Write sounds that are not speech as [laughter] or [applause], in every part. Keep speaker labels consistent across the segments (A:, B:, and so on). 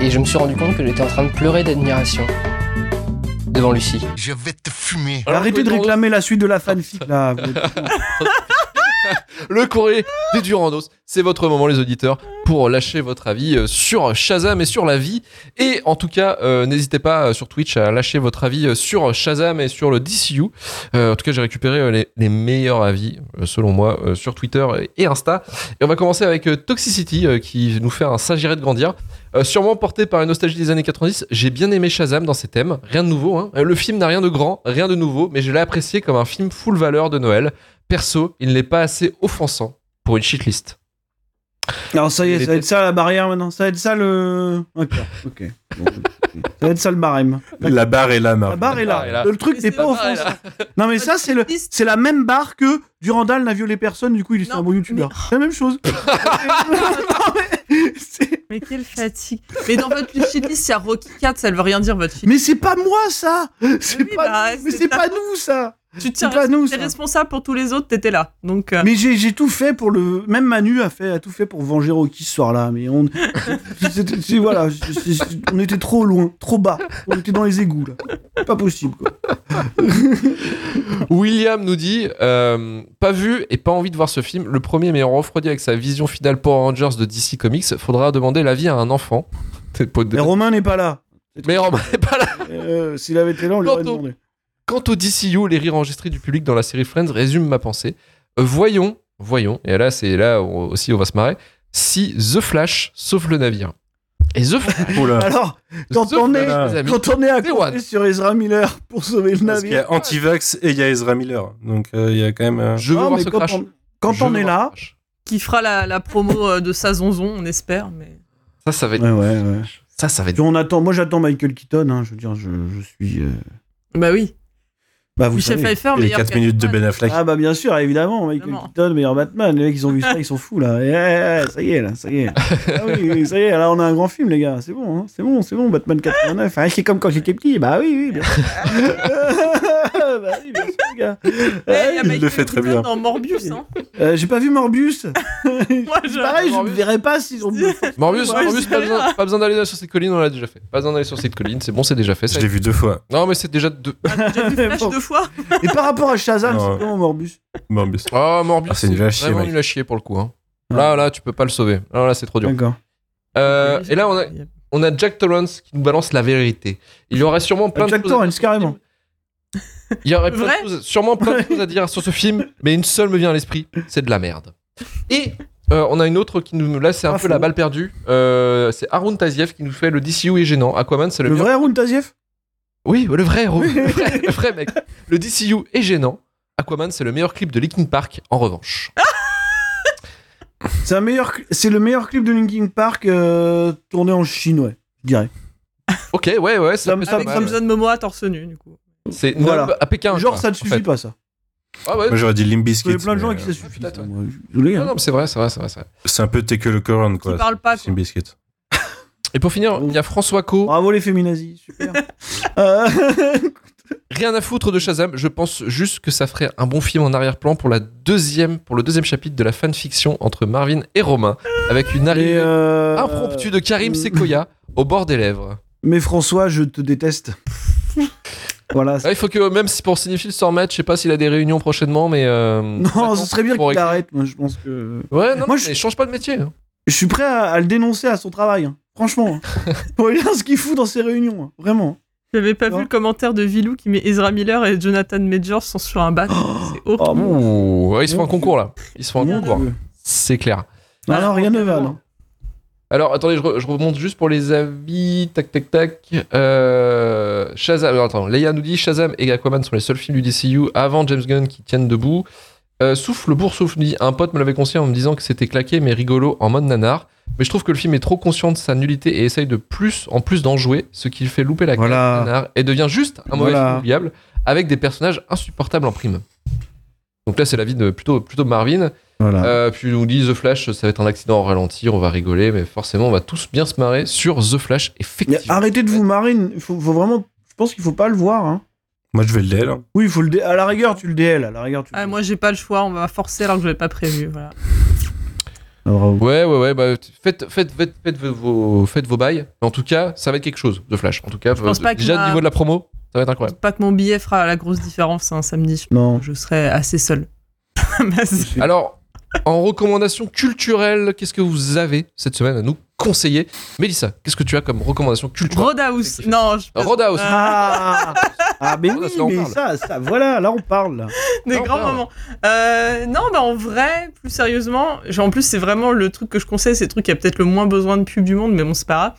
A: Et je me suis rendu compte que j'étais en train de pleurer d'admiration devant Lucie.
B: Je vais te fumer.
C: Arrêtez de réclamer la suite de la fanfic
D: [laughs]
C: là.
D: Le courrier des Durandos, c'est votre moment les auditeurs pour lâcher votre avis euh, sur Shazam et sur la vie. Et en tout cas, euh, n'hésitez pas euh, sur Twitch à lâcher votre avis euh, sur Shazam et sur le DCU. Euh, en tout cas, j'ai récupéré euh, les, les meilleurs avis, euh, selon moi, euh, sur Twitter et Insta. Et on va commencer avec euh, Toxicity euh, qui nous fait un S'agirait de grandir. Euh, sûrement porté par une nostalgie des années 90, j'ai bien aimé Shazam dans ses thèmes. Rien de nouveau. hein. Euh, Le film n'a rien de grand, rien de nouveau, mais je l'ai apprécié comme un film full valeur de Noël. Perso, il n'est pas assez offensant pour une shitlist.
C: Alors ça y
D: Il
C: est, ça va
D: était-
C: être ça la barrière maintenant. Ça va être ça le. D'accord, ok. Bon, ok. ça va être ça le barème.
E: La barre est là,
C: La
E: Marc.
C: barre est
D: Ah, barre est là.
C: là. Le truc n'est pas offensant. Non mais ça c'est le c'est la même barre que Durandal n'a violé personne du coup il est
F: Non, oh.
C: un bon youtubeur. C'est la même
F: [laughs]
C: chose. Non, mais c'est-
F: Mais quelle fatigue. [laughs] Mais dans votre shitlist, il y a Rocky 4, ça ne veut rien dire votre shitlist.
C: mais c'est pas moi ça. C'est
F: Oui,
C: pas
F: bah,
C: mais
F: c'est
C: c'est
F: ta
C: pas nous ça.
F: Tu
C: C'est
F: tiens,
C: pas nous
F: t'es
C: ça.
F: responsable pour tous les autres, t'étais là. Donc,
D: Ah.
F: euh,
C: Mais j'ai j'ai tout fait pour le même Manu a fait a tout fait pour venger Rocky ce soir-là mais on c'est- c'est- c'est- voilà c'est- c'est- on était trop loin trop bas on était dans les égouts là pas possible quoi.
D: William nous dit euh, Pas vu et pas envie de voir ce film. Le premier m'ayant refroidi avec sa vision finale Power Rangers de DC Comics, faudra demander l'avis à un enfant. [laughs] T'es pas de-
C: Mais Romain n'est pas là.
D: Mais Romain est [laughs] pas là.
C: Euh, S'il avait été là on lui aurait
D: Quand on-
C: demandé.
D: Quant au DCU, les rires enregistrés du public dans la série Friends résument ma pensée. Euh, voyons, voyons, et là, c'est là où- aussi on va se marrer, si The Flash sauve le navire. Et The Flash,
C: Ah,
E: Oula.
C: Alors [laughs] quand
D: The
C: on est
D: Flash, les amis,
C: quand on est à
D: C'est one.
C: côté sur Ezra Miller pour sauver le
E: Parce qu'il y
C: navire.
E: a Antivax et il y a Ezra Miller. Donc euh, il y a quand même. euh,
D: je veux
C: Non,
D: voir
C: mais
D: ce
C: quand
D: crash.
C: on, quand
D: Je
C: on
D: veux
C: est
D: voir ce
C: là.
D: crash.
F: qui fera la, la promo euh, de sa zonzon, on espère. Mais...
D: Ça, ça va être.
C: ouais, ouais.
D: Ça, ça va être.
C: on attend, moi j'attends Michael Keaton, hein, je veux dire, je, je suis. euh,
F: Bah oui.
C: Bah, vous
F: Michel
C: savez.
F: Pfeiffer,
E: et les
F: meilleur
E: 4 minutes de
F: Catwoman.
E: Ben Affleck.
C: Ah bah bien sûr, évidemment, Michael
F: Évidemment.
C: Keaton, meilleur Batman. Les mecs ils ont vu ça, ils sont fous là. Eh, eh, eh, ça y est, là, ça y est. Ah oui, oui, ça y est, là on a un grand film les gars, c'est bon, hein, c'est bon, c'est bon, Batman 89. Ah, c'est comme quand j'étais petit, bah oui, oui, bien
F: [laughs]
C: sûr. bah oui, bien sûr, les gars.
F: Eh, il y a
C: Ah oui.
F: Michael
E: le fait très
F: Keaton
E: bien.
F: Dans Morbius, hein.
C: Euh, J'ai pas vu
F: [laughs]
C: Morbius.
F: Moi, je-
C: Pareil, je ne
D: Morbius.
C: verrai pas s'ils ont.
D: Morbius,
F: Ouais,
D: Morbius,
F: c'est
D: pas,
F: vrai.
D: besoin, pas besoin d'aller sur cette colline, on l'a déjà fait. Pas besoin d'aller sur cette colline, c'est bon, c'est déjà fait. ça.
E: Je l'ai vu deux fois,
D: Non, mais c'est déjà deux.
F: J'ai vu Flash
C: Bon.
F: deux fois.
C: Et par rapport à Shazam,
E: Non.
C: c'est comment Morbius
E: Morbus.
D: Oh, Morbius,
E: Ah, c'est nul à chier,
D: vraiment
E: mec.
D: nul à chier pour le coup. hein. Là, là, tu peux pas le sauver. Là, là, c'est trop dur.
C: D'accord.
D: Euh, et là, on a, on a Jack Torrance qui nous balance la vérité. Il y aurait sûrement plein
C: Jack
D: de choses. à dire
C: Torrance,
D: sur ce
C: carrément.
D: film. Il y aurait plein de
F: Vrai
D: choses- sûrement plein de choses à dire sur ce film, mais une seule me vient à l'esprit, c'est de la merde. Et euh, on a une autre qui nous là c'est un
C: Pas
D: peu la
C: faux.
D: balle perdue. Euh, c'est Arun Taziev qui nous fait le DCU est gênant. Aquaman c'est le,
C: Le
D: meilleur-
C: vrai Arun Taziev
D: Oui, le vrai
C: [laughs]
D: héros. le, vrai, le vrai mec. Le DCU est gênant. Aquaman c'est le meilleur clip de Linkin Park en revanche.
C: C'est un meilleur, cl- c'est le meilleur clip de Linkin Park euh, tourné en Chine, ouais, je dirais.
D: Ok ouais ouais ça bah,
C: Ça me-
D: fait
C: ça
D: pas
C: me-
F: Avec
D: mal.
F: Jason Momoa torse nu, du coup.
D: C'est
C: Voilà.
D: Nob à Pékin.
C: Genre,
D: quoi,
C: ça ne
D: en
C: suffit
D: fait.
C: pas, ça.
D: Ah ouais.
E: Moi j'aurais dit Limbiskit.
C: Il y a Euh, plein de gens à qui ça suffit.
D: peut-être,
C: ça,
D: ouais.
C: moi, je suis Euh, Désolé.
D: Non,
C: hein.
D: non, mais c'est vrai, c'est vrai, c'est vrai, c'est vrai.
E: euh, C'est un peu Take le Current
F: Qui
E: quoi.
F: parle pas, quoi.
E: Limbiskit.
D: Et pour finir, il y a François Co.
C: Bravo les féminazis, [laughs] super. Euh,
D: Rien à foutre de Shazam. Je pense juste que ça ferait un bon film en arrière-plan pour la deuxième, pour le deuxième chapitre de la fanfiction entre Marvin et Romain, avec une
C: et,
D: arrivée
C: euh,
D: impromptue de Karim
C: euh,
D: Sequoia au bord des lèvres.
C: Mais François, je te [laughs] déteste. voilà. c'est-
D: Là, Ah, il faut que même si pour signifier le sort match, je sais pas s'il a des réunions prochainement, mais euh,
C: Non, ce serait bien
D: pour
C: qu'il
D: écrire.
C: arrête. Moi, je pense que
D: Ouais, non,
C: Moi,
D: mais
C: je-
D: je... change pas de métier. hein.
C: je suis prêt à, à le dénoncer à son travail. hein. Franchement, [laughs] hein. pour dire ce qu'il fout dans ses réunions, hein. vraiment.
F: J'avais pas
C: Non.
F: vu le commentaire de Vilou qui met Ezra Miller et Jonathan Majors sont sur un bat. C'est horrible.
C: Oh mon,
D: Ouh, ouais, ils se font un
C: Mon
D: concours là. Ils se font un
C: mon
D: concours.
C: Dieu.
D: C'est clair.
C: Non, non, rien ne va. non.
D: Alors, attendez, je, re- je remonte juste pour les avis. Tac, tac, tac. Euh, Shazam. Alors, attends, Leia nous dit Shazam et Aquaman sont les seuls films du DCU avant James Gunn qui tiennent debout. Euh, souffle, bourre, souffle, nous dit Un pote me l'avait conseillé en me disant que c'était claqué mais rigolo en mode nanar. mais je trouve que le film est trop conscient de sa nullité et essaye de plus en plus d'en jouer, ce qui le fait louper la
C: Voilà.
D: classe du nanar et devient juste un mauvais
C: Voilà.
D: film oubliable avec des personnages insupportables en prime. Donc là, c'est l'avis de plutôt plutôt de Marvin.
C: Voilà.
D: Euh, puis il nous dit The Flash, ça va être un accident au ralenti, on va rigoler, mais forcément, on va tous bien se marrer sur The Flash.
C: Mais
D: Effectivement.
C: arrêtez de vous mariner. Il faut, faut vraiment. Je pense qu'il faut pas le voir. Hein.
E: Moi, je vais le DL.
C: Oui, il faut le dé- à la rigueur, tu le DL. À la rigueur, tu le
F: Ah,
C: DL.
F: moi, j'ai pas le choix, on va forcer alors que je l'avais pas prévu. Voilà.
C: Ah, bravo.
D: Ouais, ouais, ouais, bah, t- faites, faites, faites, faites vos- vos, faites vos bails. Mais en tout cas, ça va être quelque chose, The Flash. En tout cas,
F: pense
D: euh,
F: pas que
D: déjà,
F: ma-
D: au niveau de la promo, ça va être incroyable.
F: Pas que mon billet fera la grosse différence un samedi. Je,
C: Non.
F: je serai assez [laughs] seul. [laughs]
D: Alors, en recommandation culturelle, qu'est-ce que vous avez cette semaine à nous conseiller Mélissa, qu'est-ce que tu as comme recommandation culturelle
F: Roadhouse. Non, je
D: Roadhouse.
F: Ah,
C: Ah, ah, mais
D: Voilà,
C: oui,
D: là, on
C: mais
D: parle.
C: ça, ça, voilà, là on parle. là.
F: des
D: Non,
F: grands
D: pas.
F: moments. Euh, non, bah en vrai, plus sérieusement, genre, en plus c'est vraiment le truc que je conseille, c'est le truc qui a peut-être le moins besoin de pub du monde, mais bon c'est pas grave.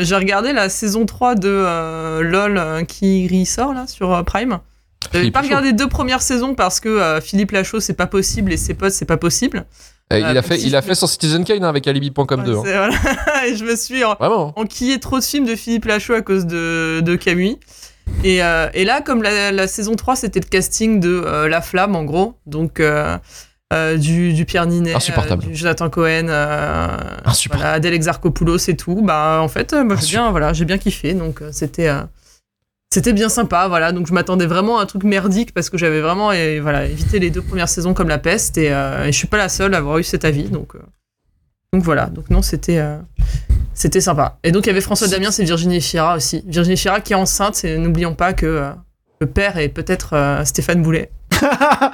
F: Euh, J'ai regardé la saison 3 de euh, LOL euh, qui ressort là sur euh, Prime. J'avais
D: Philippe
F: pas
D: Lachaud.
F: regardé les deux premières saisons parce que euh, Philippe Lachaud c'est pas possible et ses potes c'est pas possible.
D: Eh, il,
F: euh,
D: a fait, il a fait son Citizen Kane hein, avec Alibi.com
F: Ouais,
D: 2. hein.
F: c'est- voilà. [laughs] et je me suis en-
D: Vraiment. hein.
F: enquillé trop de films de Philippe Lachaud à cause de, de Camus. Et, euh, et là, comme la, la saison 3, c'était le casting de euh, La Flamme, en gros, donc euh, euh, du, du Pierre Ninet,
D: Insupportable.
F: euh, du Jonathan Cohen, euh,
D: Insupportable.
F: voilà, Adèle Exarchopoulos et tout, bah en fait, euh, moi, j'ai bien, voilà, j'ai bien kiffé, donc euh, c'était. euh, c'était bien sympa, voilà. Donc je m'attendais vraiment à un truc merdique parce que j'avais vraiment et, voilà, évité les deux premières saisons comme la peste et, euh, et je suis pas la seule à avoir eu cet avis. Donc, euh, donc voilà. Donc non, c'était euh, c'était sympa. Et donc il y avait François Damien et Virginie Fira aussi. Virginie Fira qui est enceinte, et n'oublions pas que euh, le père est peut-être euh, Stéphane Boulet.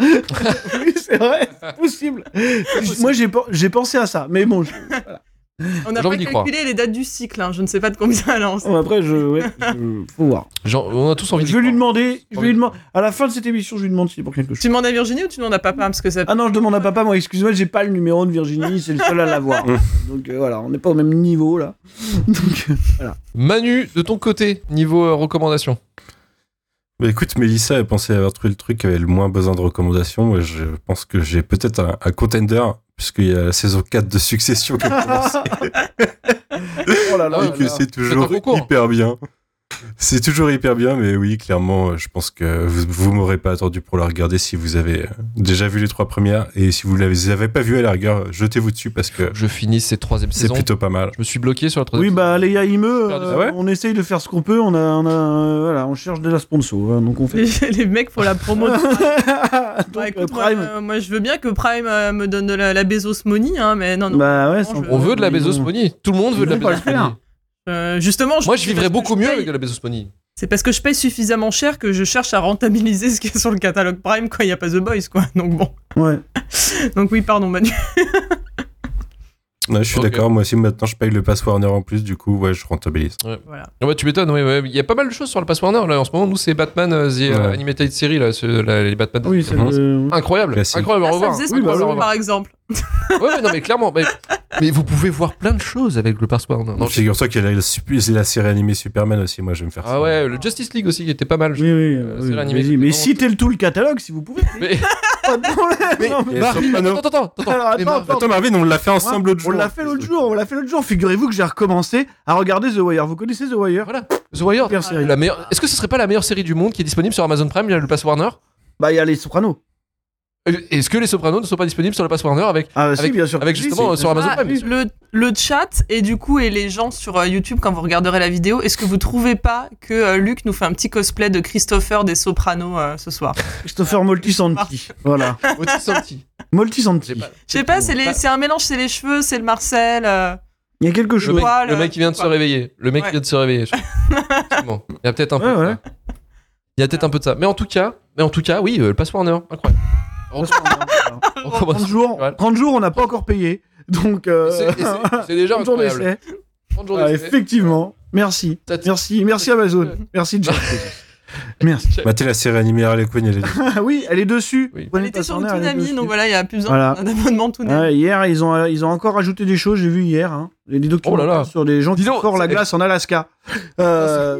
C: oui, c'est vrai, c'est possible. Moi j'ai pen- j'ai pensé à ça, mais bon, je-
F: On n'a
D: J'ai
F: pas
D: envie d'y
F: calculé
D: croire.
F: les dates du cycle, hein. je ne sais pas de combien elle est enceinte.
C: bon, après je, ouais, je- faut voir.
D: Genre, on a tous envie de
C: Je vais lui demander, je
D: envie
C: vais lui
D: d'y
C: demander à la fin de cette émission, je lui demande s'il est pour quelque chose.
F: Tu demandes à Virginie ou tu demandes à papa parce que ça...
C: Ah non, je demande à papa, moi, excuse-moi, j'ai pas le numéro de Virginie, c'est le seul à l'avoir.
E: Mm.
C: Donc euh, voilà, on n'est pas au même niveau là. [laughs] Donc, euh,
D: Manu, de ton côté, niveau euh, recommandation.
E: Bah écoute, Mélissa, elle pensait avoir trouvé le truc qui avait le moins besoin de recommandations. Moi, je pense que j'ai peut-être un, un contender, puisqu'il y a la saison 4 de Succession qui a commencé
C: oh là là.
D: Ah
E: et
D: oui,
E: que c'est toujours
D: C'est un concours.
E: hyper bien. C'est toujours hyper bien, mais oui, clairement, euh, je pense que vous, vous m'aurez pas attendu pour la regarder si vous avez euh, déjà vu les trois premières. Et si vous ne les avez pas vues à la rigueur, jetez-vous dessus parce que
D: Je finis cette troisième
E: c'est
D: saison.
E: plutôt pas mal.
D: Je me suis bloqué sur la troisième.
C: Oui, bah les gars, il me,
D: Perdu.
C: euh,
E: Ah ouais
C: on essaye de faire ce qu'on peut, on a, on a, euh, voilà, on cherche de la sponsor, hein, donc on fait.
F: Les, [laughs] les mecs pour
D: [laughs]
F: la
C: [laughs]
F: promo. de-
C: donc,
F: Bah, écoute,
C: euh,
F: moi,
C: Prime.
F: euh, moi, je veux bien que Prime euh, me donne de la, la Bezos Money, hein, mais non, non.
C: Bah ouais,
F: Franchement,
C: c'est-
D: On veut de la
C: ils vont-
D: Bezos Money. Tout le monde veut de la
C: Ils vont pas
D: Bezos
C: le faire.
D: Money.
F: Euh, justement,
D: Moi, je vivrais
F: parce que
D: beaucoup
F: je
D: mieux
F: paye-
D: avec de la Bezos Money.
F: C'est parce que je paye suffisamment cher que je cherche à rentabiliser ce qu'il y a sur le catalogue Prime quand il n'y a pas The Boys, quoi. [laughs] Donc bon.
C: Ouais.
F: Donc oui, pardon, Manu.
E: Ouais, je suis
D: Ok.
E: d'accord, moi aussi, maintenant, je paye le Pass Warner en plus, du coup, ouais, je rentabilise.
F: Voilà.
D: Ah bah, tu m'étonnes, ouais, ouais. Il y a pas mal de choses sur le Pass Warner. Là, en ce moment, nous, c'est Batman, euh, The euh,
E: Ouais.
D: Animated Series, là, ce- la- les Batman.
C: Oui, c'est le-
D: Incroyable,
E: Classique.
D: incroyable,
F: Ah,
D: à
F: ça
D: revoir.
F: faisait ce
D: Oui, bah,
F: qu'on
D: à
F: faisait,
D: revoir.
F: par exemple.
D: Ouais, ouais, non, mais clairement, mais, mais vous pouvez voir plein de choses avec le Pass Warner. Non, je-
E: Figure-toi qu'il y a la, la- la série animée Superman aussi, moi, je vais me faire ça.
D: Ah ouais, le Justice League aussi, qui était pas mal. je-
C: Oui, oui,
D: Euh,
C: oui,
D: c'est l'animé
C: vas-y,
D: qui
C: mais
D: commence.
C: citez le tout le catalogue si vous pouvez.
F: [laughs]
D: Mais,
C: Pas de problème.
D: mais,
C: [laughs] Non,
D: [laughs]
C: mais-
E: Et
D: Marvin,
E: sur Panneau.
D: attends, attends, attends,
C: Alors,
D: mais
C: attends,
D: Marvin-
E: Attends, Marvin, on l'a fait ensemble l'autre
C: on
E: jour.
C: l'a fait l'autre jour, on l'a fait l'autre jour. Figurez-vous que j'ai recommencé à regarder The Wire. Vous connaissez The Wire
D: voilà, The Wire,
C: Super série.
D: la meilleure. Est-ce que ce serait pas la meilleure série du monde qui est disponible sur Amazon Prime, il y a le Pass Warner
C: Bah, il y a les Sopranos.
D: Euh, Est-ce que les Sopranos ne sont pas disponibles sur le Pass Warner avec,
C: Ah, si, bien sûr.
D: avec
C: Si,
D: justement euh,
C: si.
D: sur Amazon
F: Ah,
D: Prime
F: le, le chat et du coup, et les gens sur euh, YouTube, quand vous regarderez la vidéo, est-ce que vous trouvez pas que euh, Luc nous fait un petit cosplay de Christopher des Sopranos euh, ce soir
C: Christopher
F: [laughs]
C: Moltisanti. Voilà.
D: Otis Santi.
C: Moltisanti.
D: J'ai pas-
F: Je sais pas, c'est
C: Bah
F: les-
D: Pas-
F: c'est un mélange, c'est les cheveux, c'est le Marcel. euh,
C: Il y a quelque
D: Le
C: chose.
D: mec,
F: Voilà.
D: le mec qui vient de se réveiller. Le mec
F: Ouais.
D: qui vient de se réveiller. je crois. Effectivement. Il y a peut-être un peu.
C: Ouais,
D: de
C: ouais.
D: ça. Il y a peut-être un peu de ça. Mais en tout cas, mais en tout cas, oui, euh, le Pass Warner,
C: [laughs]
D: incroyable. On commence.
C: 30 jours,
D: Ouais.
C: 30 jours, on n'a pas encore payé. Donc, euh,
D: C'est- et c'est- C'est déjà
C: 30 jours
D: incroyable.
C: d'essai.
D: 30 jours
C: Ah,
D: d'essai.
C: effectivement. Merci.
D: Ça te-
C: Merci. Merci Amazon. Merci Jeff.
D: [laughs]
C: Merci.
E: Maté Bah, la série animée Harley Quinn,
C: [laughs]
E: elle est
C: Ah oui, elle est dessus.
D: Oui.
C: Vous
F: Elle
C: allez
F: était
C: pas
F: sur
C: s'en
F: le
C: aller, elle est
F: Toonami,
C: dessus.
F: donc voilà, il y a plus besoin
C: Voilà.
F: d'un [laughs] abonnement Toonami.
C: Ouais, hier, ils ont, ils ont encore ajouté des choses, j'ai vu hier. Hein. Des des documents
D: Oh là là.
C: sur des gens
D: Dis
C: qui
D: donc,
C: forent la
D: c'est-
C: glace
D: [laughs]
C: en Alaska. Euh,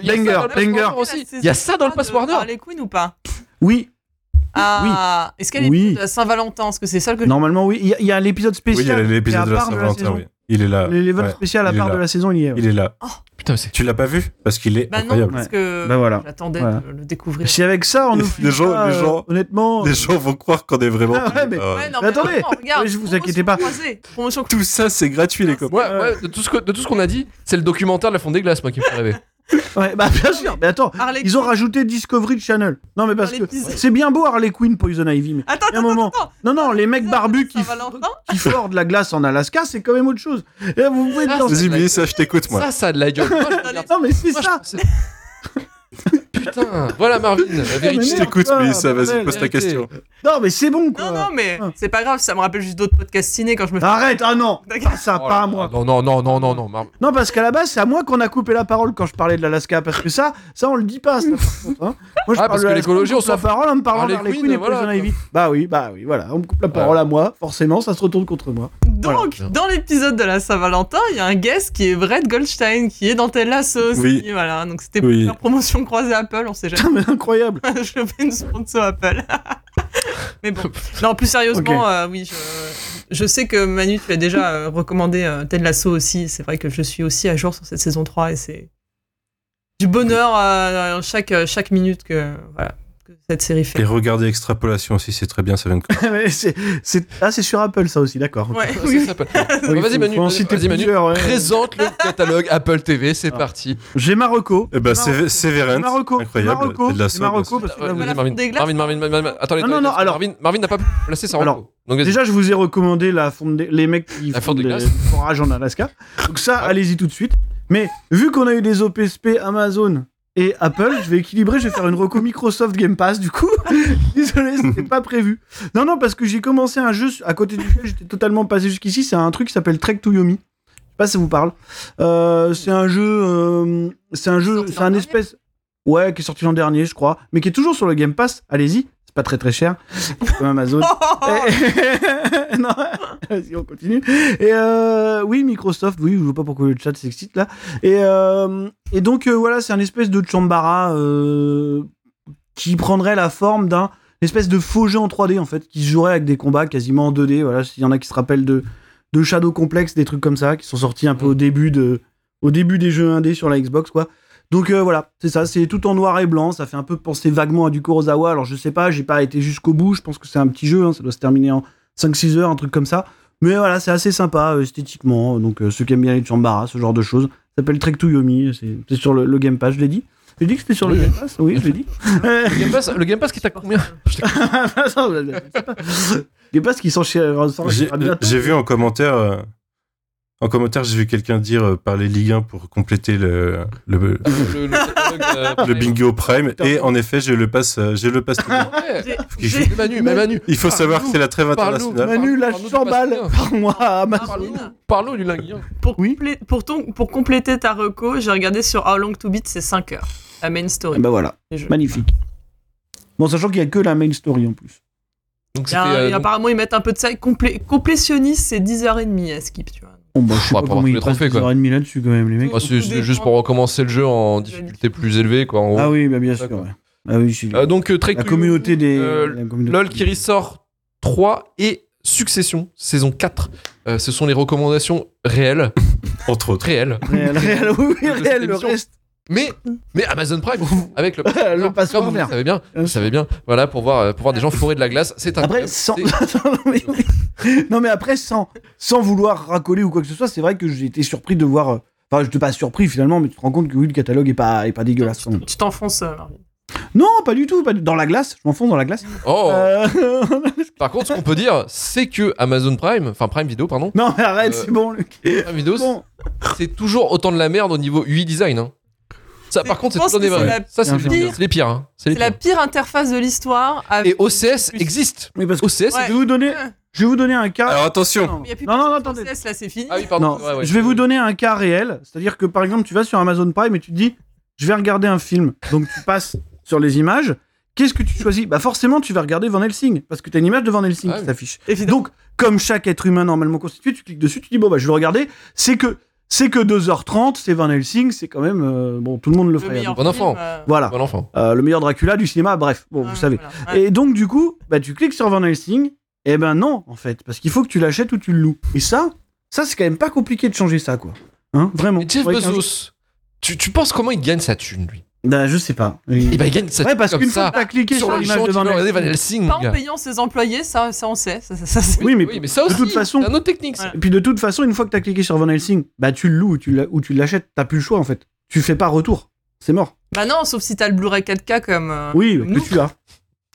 D: Il y a ça dans le
C: Banger,
D: Pass Warner
C: banger.
D: aussi. Il y a ça dans le Pass Warner.
F: Les Queen ou pas
C: oui.
F: Ah, est-ce qu'elle est
C: Oui.
F: plutôt à Saint-Valentin Est-ce que c'est ça que
C: Normalement, oui. Il y a- il y, a l'épisode
E: Oui, il y a
C: spécial.
E: l'épisode de la Saint-Valentin, oui. Il est là.
C: L'épisode
E: Ouais.
C: spécial à
E: Il est
C: part
E: là.
C: de la saison, il y est. ouais.
E: Il est là.
D: Putain, mais c'est.
E: Tu l'as pas vu Parce qu'il est
F: Bah non,
E: incroyable.
F: parce que
C: Bah voilà.
F: j'attendais
C: Voilà.
F: de le découvrir.
C: Si avec ça, on
E: Les
C: nous.
E: gens- les gens-
C: honnêtement.
E: Les gens vont croire qu'on est vraiment.
C: euh, Ah ouais, mais-
E: Euh,
F: Ouais, non,
C: Mais attendez,
F: vraiment, regarde,
C: mais je vous
F: promotion
C: inquiétez pas.
F: croisée, promotion
E: Tout ça, c'est gratuit, les copains.
D: Ouais, ouais, de tout ce que- de tout ce qu'on a dit, c'est le documentaire de la Fonte des Glaces, moi, qui me fait rêver.
C: Ouais, bah bien sûr. Mais attends,
F: Harley
C: ils ont rajouté Discovery Channel. Non, mais parce
F: Dans
C: que
F: l'épisode.
C: c'est bien beau Harley Quinn Poison Ivy. Mais
F: Attends,
C: il y a un
F: attends,
C: moment.
F: attends.
C: Non, non, les mecs barbus qui,
F: Saint-Valentin
C: qui forent de la glace en Alaska, c'est quand même autre chose. Et là, vous pouvez être
D: Ah,
C: dans-
E: Vas-y, mais ça, je t'écoute, moi.
D: Ça, ça a de la gueule. Oh, Moi, je regarde
C: Non, mais c'est
D: Moi, je
C: ça.
D: pensais- Putain, voilà Marvin, la
C: mais
E: Je
D: vérité.
C: merde.
E: t'écoute,
C: Ah,
E: mais ça, vas-y,
C: bordel.
E: pose ta question.
C: Non, mais c'est bon, quoi.
F: Non, non, mais
C: Ah.
F: c'est pas grave, ça me rappelle juste d'autres podcasts ciné quand je me fais.
C: Arrête, ah non,
F: D'accord.
C: pas ça,
D: Oh
C: pas
D: là
C: à moi.
D: là, Non, non, non, non, non, non, Mar-
C: Non, parce qu'à la base, c'est à moi qu'on a coupé la parole quand je parlais de l'Alaska, parce que ça, ça, on le dit pas, ça, par contre, hein.
D: Ah,
C: Moi, je
D: parce
C: parle de
D: que
C: l'Alaska,
D: l'écologie,
C: on
D: on
C: coupe la
D: s'en
C: parole en me parlant
D: Harley
C: d'Harley
D: Quinn,
C: Quinn et
D: voilà,
C: Poison Ivy. Bah oui, bah oui, voilà, on me coupe la parole à moi, forcément, ça se retourne contre moi. [laughs]
F: Donc, dans l'épisode de la Saint-Valentin, il y a un guest qui est Brett Goldstein, qui est dans Ted Lasso aussi.
E: Oui.
F: Voilà, donc c'était
E: Oui.
F: pour faire promotion croisée Apple, on sait jamais. [laughs]
C: Putain, mais incroyable. [laughs]
F: je fais une sponsor Apple. [laughs] Mais bon. Non, plus sérieusement,
C: Ok.
F: euh, oui, je, je sais que Manu, tu as déjà euh, recommandé euh, Ted Lasso aussi. C'est vrai que je suis aussi à jour sur cette saison 3 et c'est du bonheur euh, chaque, chaque minute que, voilà, que cette série
E: Et
F: fait.
E: regardez Extrapolation aussi, c'est très bien, ça vient de.
C: Mais c'est, c'est- ah, c'est sur Apple, ça aussi, d'accord.
F: Ouais,
D: Ça,
F: oui.
D: ça s'appelle- Bon, Vas-y Manu,
C: Vas-y,
D: vas-y Manu, présente le catalogue Apple TV, c'est
C: Ah.
D: parti.
C: J'ai ma reco.
E: Eh ben, c'est Severance.
C: Marocco,
E: Incroyable.
C: Marocco,
E: C'est de la
C: c'est
E: sauce.
C: Marocco, parce que là,
D: Euh,
C: vous-
D: Marvin,
F: avez-
D: Marvin,
F: Des glaces
D: Marvin, Marvin, Marvin, Marvin, attendez,
C: Non, non,
D: attendez,
C: non,
D: parce que
C: alors-
D: Marvin, Marvin n'a pas placé sa
C: Alors,
D: reco. Donc vas-y.
C: Déjà, je vous ai recommandé la fonte des- les mecs qui
D: La
C: font
D: fonte de
C: des
D: glace.
C: forages en Alaska. Donc ça,
D: Ouais.
C: allez-y tout de suite. Mais vu qu'on a eu des OPSP Amazon et Apple, je vais équilibrer, je vais faire une reco Microsoft Game Pass du coup. [laughs] Désolé, c'était pas prévu. Non, non, parce que j'ai commencé un jeu à côté duquel j'étais totalement passé jusqu'ici. C'est un truc qui s'appelle Trek to Yomi. Je sais pas si ça vous parle. Euh, c'est un jeu, euh, c'est un jeu,
F: Sorti
C: c'est
F: l'an
C: un
F: dernier
C: espèce, ouais, qui est sorti l'an dernier, je crois, mais qui est toujours sur le Game Pass. Allez-y, c'est pas très très cher. Comme Amazon. [laughs] Oh, Eh, [laughs] non, vas-y, on continue. Et euh, oui, Microsoft, oui, je vois pas pourquoi le chat s'excite là. Et, euh, et donc, euh, voilà, c'est un espèce de chambara euh, qui prendrait la forme d'un espèce de faux jeu en 3D en fait, qui se jouerait avec des combats quasiment en 2D. Voilà, s'il y en a qui se rappellent de, de Shadow Complex, des trucs comme ça, qui sont sortis un peu au début, de, au début des jeux 1D sur la Xbox, quoi. Donc euh, voilà, c'est ça, c'est tout en noir et blanc, ça fait un peu penser vaguement à du Kurosawa, alors je sais pas, j'ai pas été jusqu'au bout, je pense que c'est un petit jeu, hein, ça doit se terminer en 5-6 heures, un truc comme ça. Mais voilà, c'est assez sympa euh, esthétiquement, donc euh, ceux qui aiment bien les chambara, ce genre de choses, ça s'appelle Trek to Yomi, euh, c'est c'est sur le, le Game Pass, je l'ai dit. J'ai dit que c'était sur le
D: Oui.
C: Game Pass, oui, je l'ai [laughs] dit. Euh,
D: Le Game Pass, le Game Pass qui t'a
C: [laughs]
D: combien
C: Attends, je sais pas. Game Pass qui euh, s'enchaînera
E: J'ai
C: s'enchaînera bientôt.
E: j'ai vu en commentaire, euh, en commentaire, j'ai vu quelqu'un dire euh, parler Ligue 1 pour compléter le, le,
D: Le, le catalogue, euh,
C: Ah,
E: le
D: pareil.
E: bingo prime. Et en effet, j'ai le passe, euh, j'ai le passe.
D: Ouais.
F: [laughs] J'ai-
E: Qui
F: j'ai-
D: Mais Manu, mais Manu.
E: Il faut savoir que c'est la trêve
D: Parle-nous,
E: internationale.
C: Manu, lâche
D: Parle-nous du
C: 100 balles
D: Pasadena.
C: par mois à Amazon.
F: Marvin,
D: Parlons du linguillon.
F: pour,
C: Oui.
F: complé- pour, ton- pour compléter ta reco, j'ai regardé sur How Long to Beat, c'est 5 heures. La main
C: Et
F: story.
C: ben voilà,
F: du jeu.
C: magnifique. Bon, sachant qu'il y a que la main story en plus.
D: Donc
F: Et,
D: c'était.
F: euh,
D: euh,
F: et
D: donc-
F: apparemment, ils mettent un peu de ça. Complé- complétionniste, c'est 10h30 à hein, skip, tu vois.
C: Bon, bah, je sais
D: Bah,
C: pas
D: pour
C: comment
D: avoir
C: ils
D: tous les
C: passent
D: trophées, quoi.
C: 10h30 là-dessus, quand même, les mecs.
D: Ah, c'est- C'était juste pour recommencer le jeu en difficulté plus élevée, quoi. en gros.
C: Ah oui, bah, bien sûr,
D: D'accord.
C: ouais. Ah oui, c'est-
D: Euh, donc euh, très
C: la
D: cool.
C: communauté des...
D: Euh,
C: la communauté
D: LOL qui ressort 3 et Succession, saison 4. Euh, ce sont les recommandations réelles,
E: Entre autres.
D: réelles, [laughs]
C: Réel, réel, oui, oui,
D: De cette
C: réel, le
D: émission.
C: reste.
D: mais, mais Amazon
C: [laughs]
D: Prime, avec le,
C: Le passeport
D: comme vous
C: vert.
D: le savez bien,
C: Bien
D: vous savez bien, voilà, pour voir, euh, pour voir des gens fourrer de la glace, c'est un
C: Après,
D: [laughs]
C: sans... [laughs]
D: c'est-
C: non, mais, oui. Non, mais après, sans, sans vouloir racoler ou quoi que ce soit, c'est vrai que j'ai été surpris de voir... euh, Enfin, je te pas surpris finalement, mais tu te rends compte que oui, le catalogue est pas, est pas dégueulasse.
D: Ah,
C: quand même.
F: Tu t'enfonces, euh, Marvin.
C: Non, pas du tout, pas du- dans la glace, je m'enfonce dans la glace.
D: Oh,
C: [laughs] Euh,
D: par contre, ce qu'on peut dire, c'est que Amazon Prime, enfin Prime Video, pardon,
C: non, mais arrête,
D: Euh,
C: c'est bon, Luc.
D: Prime Video,
C: Bon,
D: c'est toujours autant de la merde au niveau UI design. hein. Ça,
F: C'est-
D: par contre,
F: je
D: c'est
F: pense
D: tout en
F: que c'est
D: évalué.
F: la
D: Ça, c'est
C: pire-
D: les- c'est les pires. hein. C'est les
F: C'est la
D: pires.
F: pire interface de l'histoire.
D: Et
F: avec-
D: OCS
F: plus-
D: existe.
C: oui, parce que
D: OCS,
F: Ouais.
C: je vais vous donner, je vais vous donner un cas.
E: Alors attention,
C: non,
F: Il y a plus
C: non, non,
F: personne
C: attendez.
F: sur CS, là, c'est fini.
D: Ah oui, pardon.
C: Non,
D: ouais, ouais.
C: Je vais vous donner un cas réel, c'est-à-dire que par exemple, tu vas sur Amazon Prime et tu te dis, je vais regarder un film. Donc tu passes [laughs] sur les images. Qu'est-ce que tu choisis Bah forcément, tu vas regarder Van Helsing parce que tu as une image de Van Helsing
D: Ah
C: qui
D: oui.
C: s'affiche.
F: Évidemment.
C: Donc, comme chaque être humain normalement constitué, tu cliques dessus, tu dis bon bah je vais le regarder. C'est que c'est que 2h30, c'est Van Helsing, c'est quand même. euh, bon, tout le monde le ferait.
F: meilleur
C: donc.
D: bon
F: film,
D: enfant.
F: euh,
C: Voilà.
D: Bon enfant.
C: Euh, le meilleur Dracula du cinéma, bref, bon,
F: ouais,
C: vous savez.
F: voilà. Ouais.
C: Et donc, du coup, bah, tu cliques sur Van Helsing, et ben non, en fait, parce qu'il faut que tu l'achètes ou tu le loues. Et ça, ça, c'est quand même pas compliqué de changer ça, quoi. Hein, vraiment.
D: Et Jeff
C: Ouais, qu'un jour-
D: Bezos, tu, tu penses comment il gagne sa thune, lui
C: Bah, je sais pas.
D: Eh ben, il gagne sa
C: ouais,
D: thune
C: parce
D: comme
C: qu'une fois
D: ça,
C: que t'as cliqué
D: sur
C: sur
D: le
C: l'image
D: champ
C: de
D: qui
C: Van
D: veut regarder Van
C: Helsing.
D: Helsing.
F: Pas en payant ses employés, ça, ça on sait. Ça, ça, ça,
C: [laughs]
F: c'est-
C: Oui, mais,
D: Oui, mais ça aussi,
C: de toute façon.
D: c'est un autre technique. ça.
F: Ouais.
C: Et puis de toute façon, une fois que t'as cliqué sur Van Helsing, bah tu le loues ou tu l'a- ou tu l'achètes, t'as plus le choix en fait. Tu fais pas retour, c'est mort.
F: Bah non, sauf si t'as le Blu-ray 4K comme. euh,
C: Oui,
F: comme
C: que
F: nous.
C: tu as.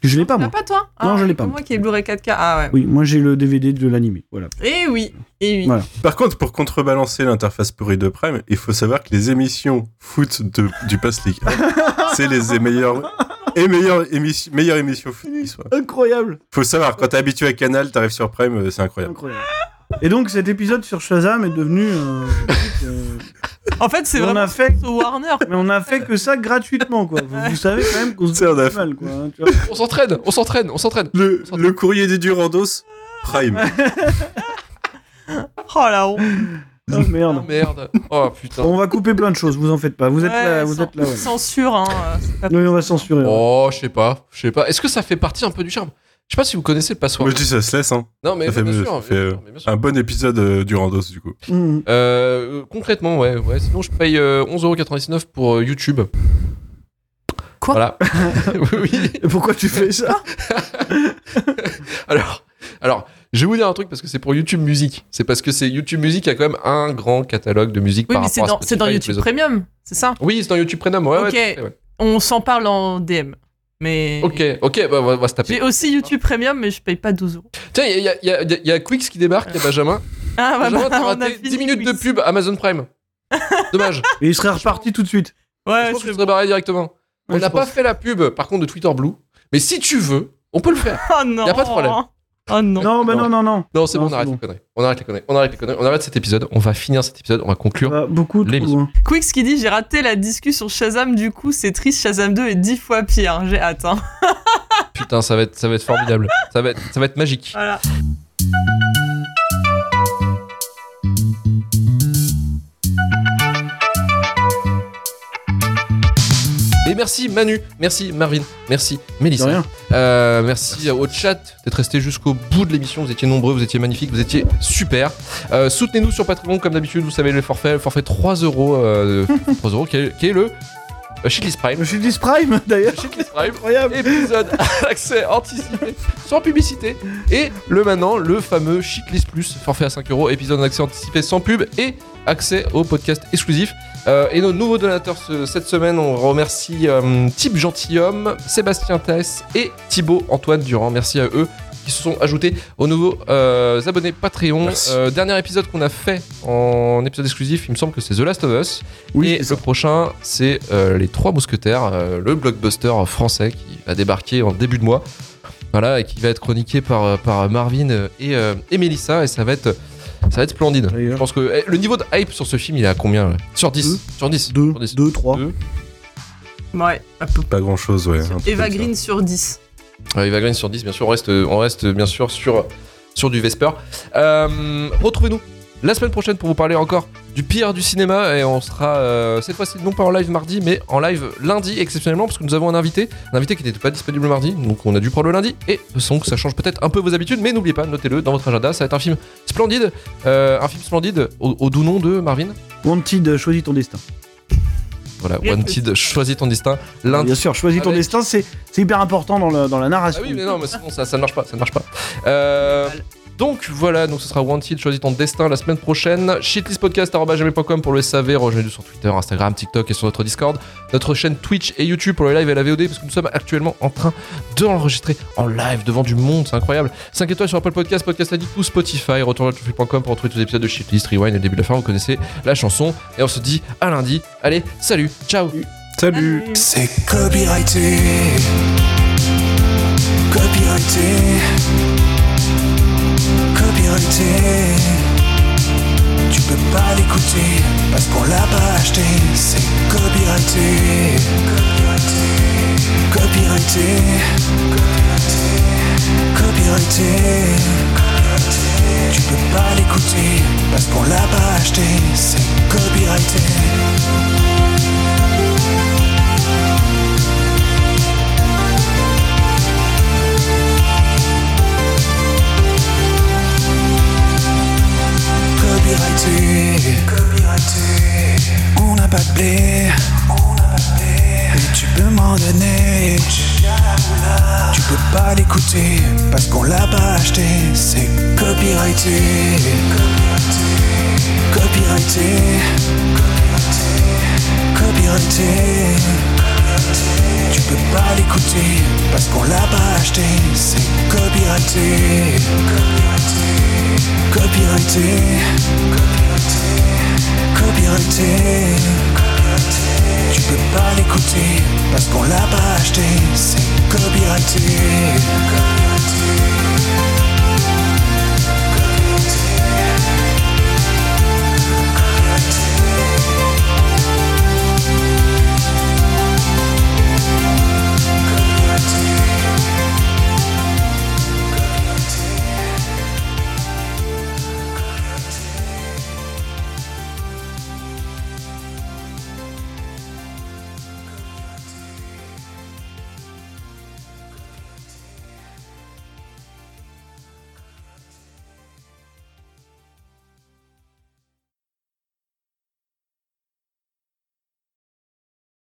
C: Que je l'ai pas
F: T'as
C: moi.
F: pas toi
C: Non,
F: Ah,
C: je l'ai pas,
F: comme
C: moi.
F: Moi qui ai le Blu-ray 4K. Ah ouais.
C: Oui, moi j'ai le DVD de l'animé, voilà.
F: Et oui. Et oui.
C: Voilà.
E: Par contre, pour contrebalancer l'interface pourrie de Prime, il faut savoir que les émissions foot de, du Pass League,
F: [laughs]
E: c'est les meilleures et meilleures émissions, meilleures émissions foot qui soient.
C: Incroyable,
E: Faut savoir, quand t'es habitué à Canal, t'arrives sur Prime, euh, c'est incroyable.
C: incroyable. Et donc cet épisode sur Shazam est
D: [laughs]
C: devenu euh, euh,
F: En fait, c'est
C: mais on
F: vraiment
C: a fait
F: sur Warner.
C: mais on a fait que ça gratuitement quoi. Vous, vous savez quand même qu'on se
E: C'est un
C: fait
E: aff-
C: mal quoi, hein, tu vois.
D: On s'entraîne, on s'entraîne, on s'entraîne.
E: Le, le courrier des Durandos, Prime.
F: Oh la honte.
C: Oh, merde.
D: Merde. Oh putain.
C: Bon, on va couper plein de choses, vous en faites pas. Vous êtes
F: Ouais,
C: là, vous
F: cen-
C: êtes là. ouais.
F: Censure, hein. euh, c'est pas-
C: Oui, on va censurer. ouais.
D: Oh, je sais pas, je sais pas. Est-ce que ça fait partie un peu du charme Je sais pas si vous connaissez le passoire.
E: Moi, je dis, ça se laisse, hein.
D: non, mais
E: ça fait-
D: bien
E: ça
D: sûr, bien
E: fait,
D: sûr,
E: euh,
D: mais bien sûr.
E: Un bon épisode euh, Durandos, du coup.
C: Mhm.
D: Euh, concrètement, ouais, ouais. Sinon, je paye euh, 11,99€ pour euh, YouTube.
F: Quoi [laughs]
D: Voilà. [laughs] oui, oui.
C: Et hum. Pourquoi tu
D: [laughs]
C: fais ça
D: Alors, alors, je vais vous dire un truc parce que c'est pour YouTube Music. C'est parce que c'est YouTube Music a quand même un grand catalogue de musique
F: Oui,
D: par
F: mais
D: rapport
F: c'est
D: à
F: dans, c'est
D: Spotify
F: dans
D: et tous
F: YouTube
D: les autres.
F: Premium, c'est ça
D: Oui, c'est dans YouTube Premium. Ouais, ouais,
F: Ok.
D: tout à fait, ouais.
F: On s'en parle en DM. Mais.
D: Ok, ok, bah, on va, on va se taper.
F: J'ai aussi YouTube Premium, mais je paye pas 12 euros.
D: Tiens, il y a, il y a- il y a- il y a Quix qui débarque, il y a Benjamin.
F: Ah, bah,
D: Benjamin,
F: bah,
D: t'as
F: on a
D: raté
F: fini,
D: 10 minutes de
F: oui.
D: pub Amazon Prime. Dommage.
C: Et il serait reparti tout de suite.
D: je
F: Ouais,
D: pense que
F: c'est
D: je serais barré directement.
C: Ouais,
D: on n'a
C: je
D: pas
C: pense.
D: fait la pub, par contre, de Twitter Blue. Mais si tu veux, on peut le faire.
F: Oh non.
D: Y a pas de problème.
F: Oh non.
C: Non, bah non, non, non.
D: Non, c'est
C: Non,
D: bon, on
C: c'est
D: arrête
C: bon.
D: les conneries. On arrête les conneries. On arrête les conneries. On arrête cet épisode. On va finir cet épisode. On va conclure.
C: Bah, beaucoup trop
D: L'émission.
C: loin.
F: Quix qui dit J'ai raté la discussion sur Shazam, du coup, c'est triste. Shazam 2 est 10 fois pire. J'ai hâte. hein.
D: Putain, ça va être, ça va être formidable. ça, va être, ça va être magique.
F: Voilà.
D: Et merci Manu, merci Marvin, merci
C: De
D: Mélissa.
C: rien.
D: Euh, merci au chat d'être resté jusqu'au bout de l'émission. Vous étiez nombreux, vous étiez magnifiques, vous étiez super. Euh, Soutenez-nous sur Patreon, comme d'habitude, vous savez, le forfait, le forfait 3 euros, euh, [laughs] 3 euros, qui est, qui est le euh, Shitlist Prime.
C: Je suis 10 Prime [laughs] d'ailleurs.
D: Shitlist Prime.
C: Incroyable.
D: Épisode à l'accès anticipé, sans publicité. Et le maintenant, le fameux Shitlist Plus, forfait à 5 euros, épisode en accès anticipé sans pub et accès au podcast exclusif. Euh, et nos nouveaux donateurs ce- cette semaine, on remercie euh, Type Gentilhomme, Sébastien Tass et Thibaut Antoine Durand. Merci à eux qui se sont ajoutés aux nouveaux euh, abonnés Patreon.
E: Merci.
D: Euh, dernier épisode qu'on a fait en épisode exclusif, il me semble que c'est The Last of Us.
C: Oui,
D: et
C: c'est ça.
D: le prochain, c'est euh, Les Trois Mousquetaires, euh, le blockbuster français qui va débarquer en début de mois. Voilà, et qui va être chroniqué par, euh, par Marvin et, euh, et Mélissa, et ça va être, ça va être splendide.
C: D'ailleurs.
D: Je pense que eh, le niveau de hype sur ce film, il est à combien là Sur 10
C: Deux.
D: Sur 10
C: 2,
D: sur 10.
C: 2, 3.
D: Deux.
F: Ouais. à peu-
E: Pas grand chose, ouais. un truc
F: Eva
E: comme ça.
F: Green sur 10.
D: Ouais, Eva Green sur 10, bien sûr. On reste, on reste bien sûr sur, sur du Vesper. Euh, Retrouvez-nous la semaine prochaine pour vous parler encore du pire du cinéma. Et on sera euh, cette fois-ci non pas en live mardi, mais en live lundi exceptionnellement, parce que nous avons un invité. Un invité qui n'était pas disponible le mardi, donc on a dû prendre le lundi. Et donc ça change peut-être un peu vos habitudes, mais n'oubliez pas, notez-le dans votre agenda. Ça va être un film splendide. euh, un film splendide au, au doux nom de Marvin.
C: Wanted, choisis ton destin.
D: Voilà,
F: Bien
D: Wanted, choisis ton destin. Lundi.
C: Bien sûr, choisis ton
D: Avec-
C: destin, c'est c'est hyper important dans la, dans la
D: Ah
C: narration.
D: oui, mais non, mais sinon ça, ça ne marche pas, ça ne marche pas. Euh, donc voilà, donc ce sera Wanted, choisis ton destin la semaine prochaine. Shitlistpodcast.com pour le SAV, rejoignez-nous sur Twitter, Instagram, TikTok et sur notre Discord. Notre chaîne Twitch et YouTube pour le live et la VOD parce que nous sommes actuellement en train de l'enregistrer en live devant du monde, c'est incroyable. 5 étoiles sur Apple Podcast, Podcast Addict ou Spotify, retour à pour retrouver tous les épisodes de Shitlist, Rewind et le début de la fin, vous connaissez la chanson. Et on se dit à lundi. Allez, salut, ciao
E: Salut
F: Ah,
B: C'est copyrighté. Copyrighté. Copyrighté. Tu peux pas l'écouter parce qu'on l'a pas acheté. C'est copyrighté. Copyrighté. Copyrighté. Copyrighté. Copyrighté. Tu peux pas l'écouter parce qu'on l'a pas acheté, c'est copyrighté. Copyrighté, copyrighté. On n'a pas de blé, on n'a pas de blé. Et tu peux m'en donner, tu peux pas l'écouter parce qu'on l'a pas acheté, c'est copyrighté. Copyrighté. Copyrighté. Tu peux pas l'écouter parce qu'on l'a pas acheté, c'est copyrighté. Copyrighté. Copyrighté. Tu peux pas l'écouter parce qu'on l'a pas acheté, c'est copyrighté. Copyrighté.